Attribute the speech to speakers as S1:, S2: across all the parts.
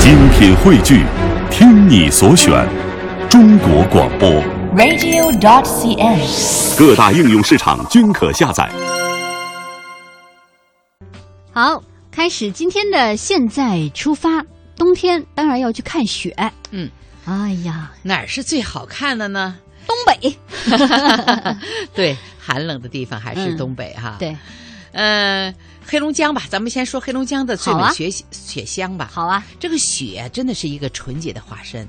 S1: 精品汇聚，听你所选，中国广播。
S2: radio.cn。
S1: 各大应用市场均可下载。
S3: 好，开始今天的现在出发。冬天当然要去看雪。
S4: 嗯，
S3: 哎呀，
S4: 哪儿是最好看的呢？
S3: 东北
S4: 对，寒冷的地方还是
S3: 嗯
S4: 东北哈。，
S3: 对，
S4: 嗯、黑龙江吧，咱们先说黑龙江的最
S3: 好
S4: 美
S3: 啊
S4: 雪、雪乡吧。
S3: 好啊，
S4: 这个雪真的是一个纯洁的化身。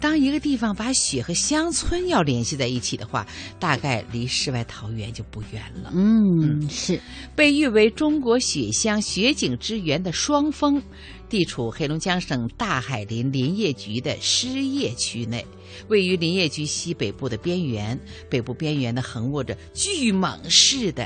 S4: 当一个地方把雪和乡村要联系在一起的话，大概离世外桃源就不远了。
S3: 嗯，是，
S4: 被誉为中国雪乡雪景之源的双峰，地处黑龙江省大海林林业局的失业区内，位于林业局西北部的边缘。北部边缘呢，横卧着巨蟒似的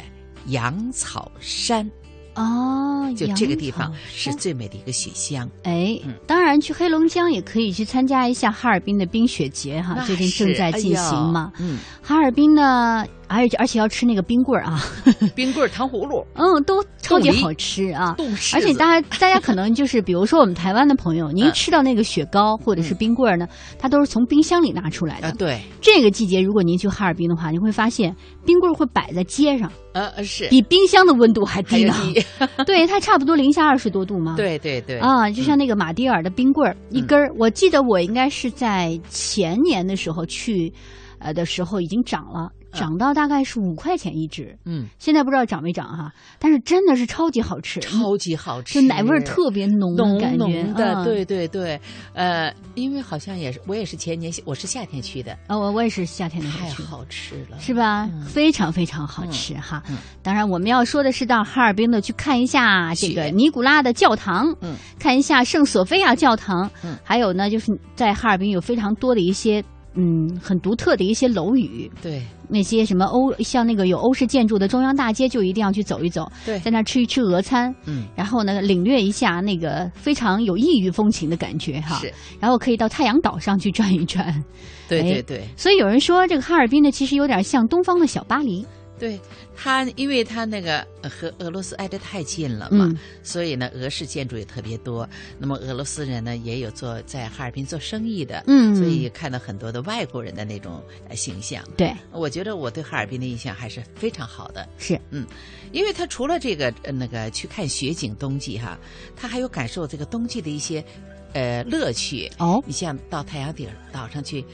S4: 羊草山，
S3: 哦，
S4: 就这个地方
S3: 杨桃
S4: 是
S3: 山
S4: 最美的一个雪乡。
S3: 哎
S4: 嗯，
S3: 当然去黑龙江也可以去参加一下哈尔滨的冰雪节哈，
S4: 那
S3: 最近
S4: 是
S3: 正在进行嘛。？
S4: 哎呦
S3: 哈尔滨呢，而且而且要吃那个冰棍儿啊，
S4: 嗯，冰棍儿、糖葫芦、
S3: 嗯，都超级
S4: 冻梨
S3: 好吃啊。
S4: 冻柿子，
S3: 而且大家大家可能就是，比如说我们台湾的朋友，您
S4: 嗯
S3: 吃到那个雪糕或者是冰棍儿呢，它都是从冰箱里拿出来的
S4: 啊，。对，
S3: 这个季节，如果您去哈尔滨的话，你会发现冰棍儿会摆在街上，
S4: 呃呃是，
S3: 比冰箱的温度还
S4: 还
S3: 低
S4: 有
S3: 呢。
S4: 地，
S3: 对，它差不多零下二十多度嘛。。
S4: 对对对，
S3: 啊，就像那个马迭尔的冰棍儿、一
S4: 嗯
S3: 根儿，我记得我应该是在前年的时候去，呃的时候已经涨了，
S4: 嗯
S3: 涨到大概是五块钱一只，
S4: 嗯，
S3: 现在不知道涨没涨哈、但是真的是超级好吃，
S4: 超级好吃，
S3: 就奶味儿特别浓，
S4: 浓
S3: 感觉
S4: 浓的，
S3: 嗯
S4: 对对对，呃，因为好像也是，我也是前年，我是夏天去的，
S3: 啊，我我也是夏天的时候
S4: 太
S3: 去的。
S4: 好吃了，
S3: 是吧？
S4: 嗯
S3: 非常非常好吃哈！
S4: 嗯
S3: 当然，我们要说的是到哈尔滨的去看一下这个
S4: 雪
S3: 尼古拉的教堂，
S4: 嗯
S3: 看一下圣索菲亚教堂，
S4: 嗯
S3: 还有呢，就是在哈尔滨有非常多的一些嗯很独特的一些楼宇，
S4: 对
S3: 那些什么欧像那个有欧式建筑的中央大街，就一定要去走一走，
S4: 对
S3: 在，那儿吃一吃俄餐，
S4: 嗯，
S3: 然后呢领略一下那个非常有异域风情的感觉哈，
S4: 是，
S3: 然后可以到太阳岛上去转一转。
S4: 对
S3: 哎
S4: 对对
S3: 所以有人说，这个哈尔滨呢，其实有点像东方的小巴黎。
S4: 对，它因为它那个呃和俄罗斯挨得太近了嘛
S3: 嗯，
S4: 所以呢，俄式建筑也特别多。那么俄罗斯人呢，也有做在哈尔滨做生意的，
S3: 嗯
S4: 所以看到很多的外国人的那种呃形象。
S3: 对，
S4: 我觉得我对哈尔滨的印象还是非常好的。
S3: 是，
S4: 嗯，因为它除了这个呃那个去看雪景冬季哈，它还有感受这个冬季的一些呃乐趣。
S3: 哦，
S4: 你像到太阳顶岛上去，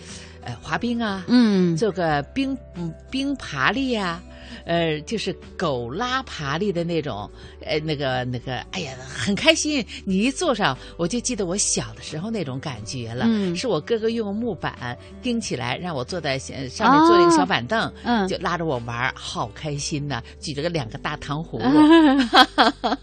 S4: 呃，滑冰啊，
S3: 嗯，
S4: 做个冰嗯冰爬犁呀、呃，就是狗拉爬犁的那种，呃，那个那个，哎呀，很开心。你一坐上，我就记得我小的时候那种感觉了。
S3: 嗯
S4: 是我哥哥用木板钉起来，让我坐在呃上面坐了一个小板凳，
S3: 嗯
S4: 就拉着我玩儿，好开心呐、举着个两个大糖葫芦，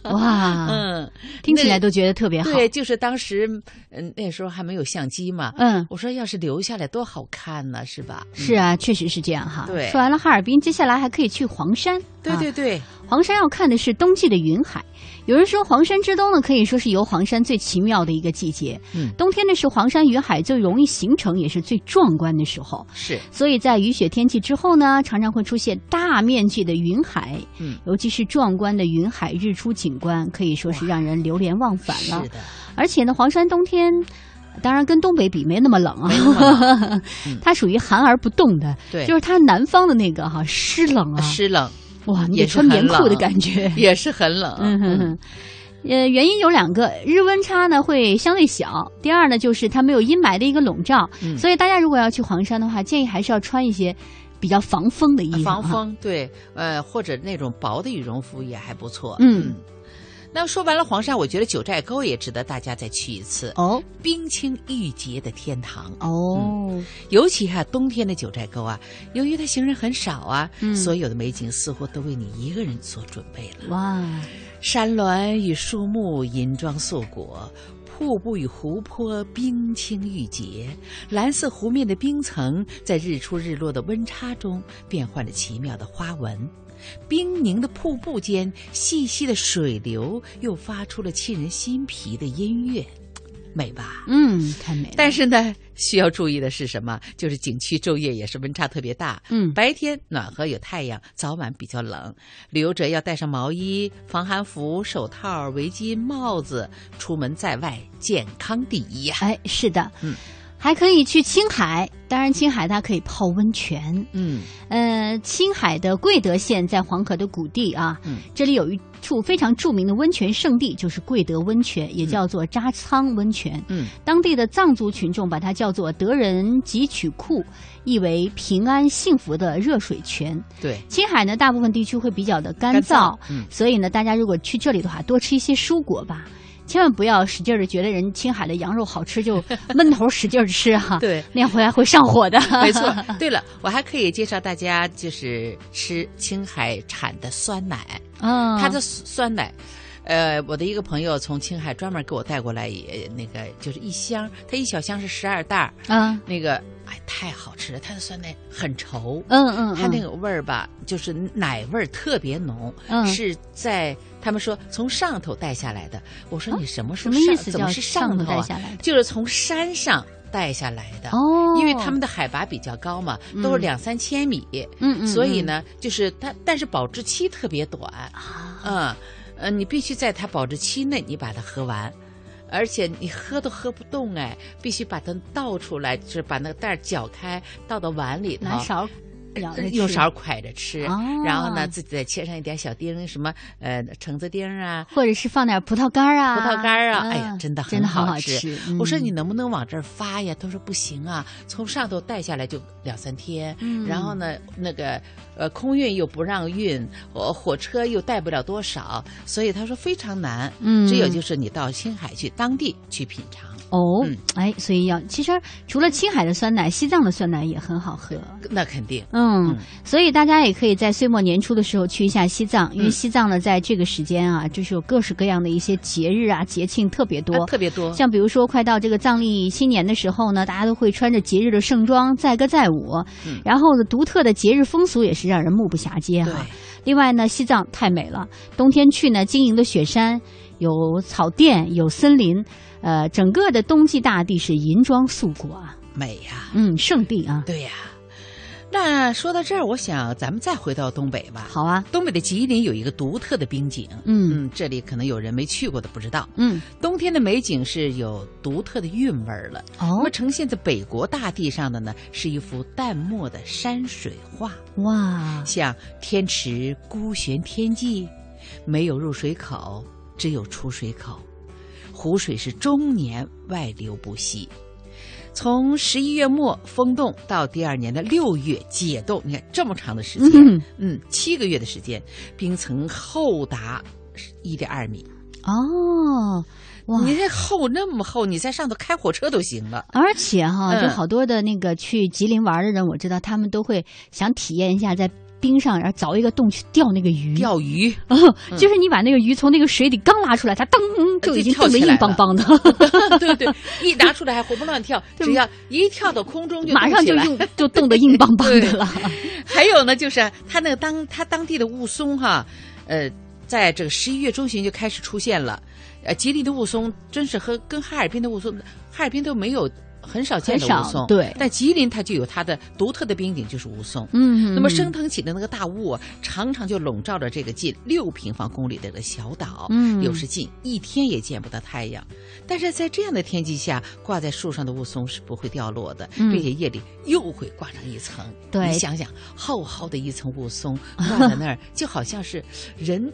S3: 哇，
S4: 嗯，
S3: 听起来
S4: 那
S3: 都觉得特别好。
S4: 对，就是当时嗯那时候还没有相机嘛，
S3: 嗯，
S4: 我说要是留下来多好看呢，是吧？嗯
S3: 是啊，确实是这样哈。
S4: 对
S3: 说完了哈尔滨，接下来还可以去黄山。
S4: 对对
S3: 啊，
S4: 对，
S3: 黄山要看的是冬季的云海。有人说黄山之冬呢，可以说是游黄山最奇妙的一个季节。
S4: 嗯
S3: 冬天呢是黄山云海最容易形成，也是最壮观的时候。
S4: 是。
S3: 所以在雨雪天气之后呢，常常会出现大面积的云海，
S4: 嗯，
S3: 尤其是壮观的云海日出景观，可以说是让人流连忘返了
S4: 是。的，
S3: 而且呢，黄山冬天，当然跟东北比没那么冷啊，
S4: 嗯
S3: 它属于寒而不冻的，
S4: 对，
S3: 就是它南方的那个哈、湿冷啊，
S4: 湿冷，
S3: 哇，你得
S4: 也是
S3: 穿棉
S4: 很
S3: 裤
S4: 冷啊
S3: 的感觉，
S4: 也是很冷。啊
S3: 嗯哼哼。呃，原因有两个，日温差呢会相对小，第二呢就是它没有阴霾的一个笼罩，
S4: 嗯
S3: 所以大家如果要去黄山的话，建议还是要穿一些比较防风的衣服、
S4: 防，风对，呃，或者那种薄的羽绒服也还不错。
S3: 嗯。
S4: 那说完了黄山，我觉得九寨沟也值得大家再去一次，
S3: 哦
S4: 冰清玉洁的天堂。
S3: 哦，
S4: 尤其哈、冬天的九寨沟啊，由于它行人很少啊，
S3: 嗯
S4: 所有的美景似乎都为你一个人所准备了。
S3: 哇，
S4: 山峦与树木银装素裹，瀑布与湖泊冰清玉洁，蓝色湖面的冰层在日出日落的温差中变换着奇妙的花纹。冰凝的瀑布间，细细的水流又发出了沁人心脾的音乐。美吧？
S3: 嗯，太美了。
S4: 但是呢，需要注意的是什么？就是景区昼夜也是温差特别大，
S3: 嗯
S4: 白天暖和有太阳，早晚比较冷，旅游者要带上毛衣、防寒服、手套、围巾、帽子，出门在外健康第一啊呀、
S3: 哎，是的，
S4: 嗯
S3: 还可以去青海，当然青海它可以泡温泉。
S4: 嗯
S3: 呃，青海的贵德县在黄河的谷地啊，
S4: 嗯
S3: 这里有一处非常著名的温泉圣地，就是贵德温泉，也叫做扎仓温泉。
S4: 嗯
S3: 当地的藏族群众把它叫做德仁汲曲库，意为平安幸福的热水泉。
S4: 对，
S3: 青海呢，大部分地区会比较的干
S4: 干
S3: 燥，
S4: 燥嗯
S3: 所以呢，大家如果去这里的话，多吃一些蔬果吧，千万不要使劲儿的觉得人青海的羊肉好吃就闷头使劲儿吃哈、
S4: 对。
S3: 那样回来会上火的。
S4: 没错，对了，我还可以介绍大家，就是吃青海产的酸奶，
S3: 嗯，
S4: 它的酸奶，呃，我的一个朋友从青海专门给我带过来，也那个就是一箱，它一小箱是十二袋儿，
S3: 嗯
S4: 那个哎太好吃了，它的酸奶很稠，
S3: 嗯嗯，
S4: 它那
S3: 个
S4: 个味儿吧，就是奶味儿特别浓，
S3: 嗯
S4: 是在他们说从上头带下来的。我说
S3: 啊
S4: 你什么时
S3: 什
S4: 候
S3: 么
S4: 上？
S3: 意思
S4: 怎
S3: 叫
S4: 么是上
S3: 头
S4: 头
S3: 带
S4: 啊？
S3: 下来的？
S4: 就是从山上带下来的。
S3: 哦，
S4: 因为他们的海拔比较高嘛，都是
S3: 嗯
S4: 两三千米，
S3: 嗯嗯，
S4: 所以
S3: 嗯
S4: 呢，就是它，但是保质期特别短，
S3: 啊
S4: 嗯，呃，你必须在它保质期内你把它喝完，而且你喝都喝不动哎，必须把它倒出来，就是把那个袋儿搅开，倒到碗里头，
S3: 拿勺舀着
S4: 用
S3: 吃
S4: 勺蒯着吃，
S3: 哦
S4: 然后呢自己再切上一点小丁儿，什么呃橙子丁儿啊。
S3: 或者是放点葡萄干儿啊，
S4: 葡萄干儿啊
S3: 嗯
S4: 哎呀真的很
S3: 真的好
S4: 好
S3: 吃。
S4: 我说
S3: 嗯
S4: 你能不能往这儿发呀？他说不行啊，从上头带下来就两三天，
S3: 嗯
S4: 然后呢，那个呃空运又不让运，火火车又带不了多少，所以他说非常难。
S3: 嗯
S4: 只有就是你到青海去当地去品尝，
S3: 哦
S4: 嗯，
S3: 哎，所以要其实除了青海的酸奶，西藏的酸奶也很好喝。
S4: 那肯定。
S3: 嗯
S4: 嗯，
S3: 所以大家也可以在岁末年初的时候去一下西藏，因为
S4: 嗯
S3: 西藏呢，在这个时间啊，就是有各式各样的一些节日啊、节庆特别多
S4: 啊。特别多，
S3: 像比如说，快到这个藏历新年的时候呢，大家都会穿着节日的盛装，载歌载舞，
S4: 嗯
S3: 然后呢，独特的节日风俗也是让人目不暇接
S4: 对
S3: 哈、，另外呢，西藏太美了，冬天去呢，晶莹的雪山，有草甸，有森林，呃，整个的冬季大地是银装素裹啊，
S4: 美呀、
S3: 嗯，圣地啊。
S4: 对呀、那说到这儿，我想咱们再回到东北吧。
S3: 好啊，
S4: 东北的吉林有一个独特的冰井，
S3: 嗯
S4: 嗯，这里可能有人没去过的不知道。
S3: 嗯，
S4: 冬天的美景是有独特的韵味儿了。那
S3: 哦
S4: 么，呈现在北国大地上的呢，是一幅淡漠的山水画，
S3: 哇，
S4: 像天池孤悬天际，没有入水口，只有出水口，湖水是终年外流不息。从十一月末封冻到第二年的六月解冻，你看这么长的时间，
S3: 嗯
S4: 嗯，七个月的时间，冰层厚达一点二米，
S3: 哦，哇。
S4: 你这厚那么厚，你在上头开火车都行了。
S3: 而且哈，
S4: 嗯
S3: 就好多的那个去吉林玩的人，我知道他们都会想体验一下在冰上，然后凿一个洞去钓那个鱼。
S4: 钓鱼，
S3: 哦，就是你把那个鱼从那个水里刚拉出来，它噔嗯就已经冻得硬邦邦的，
S4: 对对，一拿出来还活蹦乱跳，只要一跳到空中就
S3: 马上
S4: 动起
S3: 就
S4: 来。
S3: 又就冻得硬邦邦的了。
S4: 还有呢，就是它那个当它当地的雾凇哈，呃，在这个十一月中旬就开始出现了。呃，吉林的雾凇真是和跟哈尔滨的雾凇，哈尔滨都没有很少见的雾
S3: 很少
S4: 凇，
S3: 对
S4: 但吉林它就有它的独特的冰景，就是雾凇。
S3: 嗯，
S4: 那么升腾起的那个大雾啊，常常就笼罩着这个近六平方公里的这个小岛，
S3: 嗯
S4: 有时近一天也见不到太阳。但是在这样的天气下，挂在树上的雾凇是不会掉落的，
S3: 嗯
S4: 并且夜里又会挂上一层。
S3: 对
S4: 你想想，厚厚的一层雾凇挂在那儿，就好像是人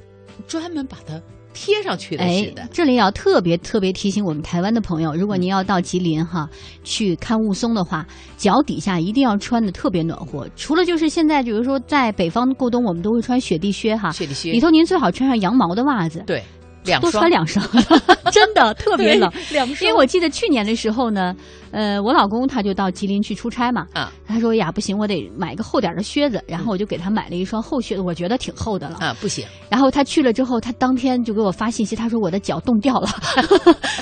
S4: 专门把它贴上去的似的。
S3: 哎
S4: 嗯
S3: 这里要特别特别提醒我们台湾的朋友，如果您要到吉林哈去看雾凇的话，脚底下一定要穿的特别暖和。除了就是现在，比如说在北方过冬，我们都会穿雪地靴哈，
S4: 雪地靴
S3: 里头您最好穿上羊毛的袜子，
S4: 对，两
S3: 多
S4: 双
S3: 穿两双， 真的特别冷。，
S4: 对两双，
S3: 因为我记得去年的时候呢，呃，我老公他就到吉林去出差嘛，
S4: 啊
S3: 他说哎呀不行，我得买个厚点儿的靴子，然后我就给他买了一双厚靴子，我觉得挺厚的了。
S4: 啊不行，
S3: 然后他去了之后，他当天就给我发信息，他说我的脚冻 掉了，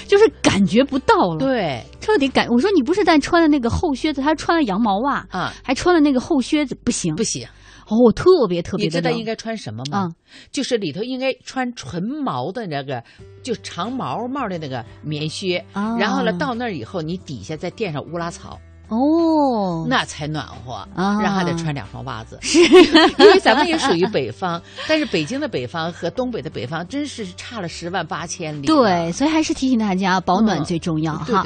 S3: 就是感觉不到了，
S4: 对
S3: 彻底感。我说你不是在穿的那个厚靴子，他穿了羊毛袜，
S4: 啊
S3: 还穿了那个厚靴子，不行，
S4: 不行，
S3: 哦，特别特别
S4: 你
S3: 的
S4: 知道
S3: 冷。
S4: 应该嗯穿什么吗？
S3: 啊，
S4: 就是里头应该穿纯毛的那个，就长毛毛的那个棉靴。
S3: 啊
S4: 然后呢，到那儿以后，你底下再垫上乌拉草，
S3: 哦，
S4: 那才暖和。
S3: 啊
S4: 然后还得穿两双袜子， 是，因为咱们也属于北方， 但是北京的北方和东北的北方真是差了十万八千里。
S3: 对，，所以还是提醒大家保暖
S4: 嗯
S3: 最重要
S4: 对
S3: 哈。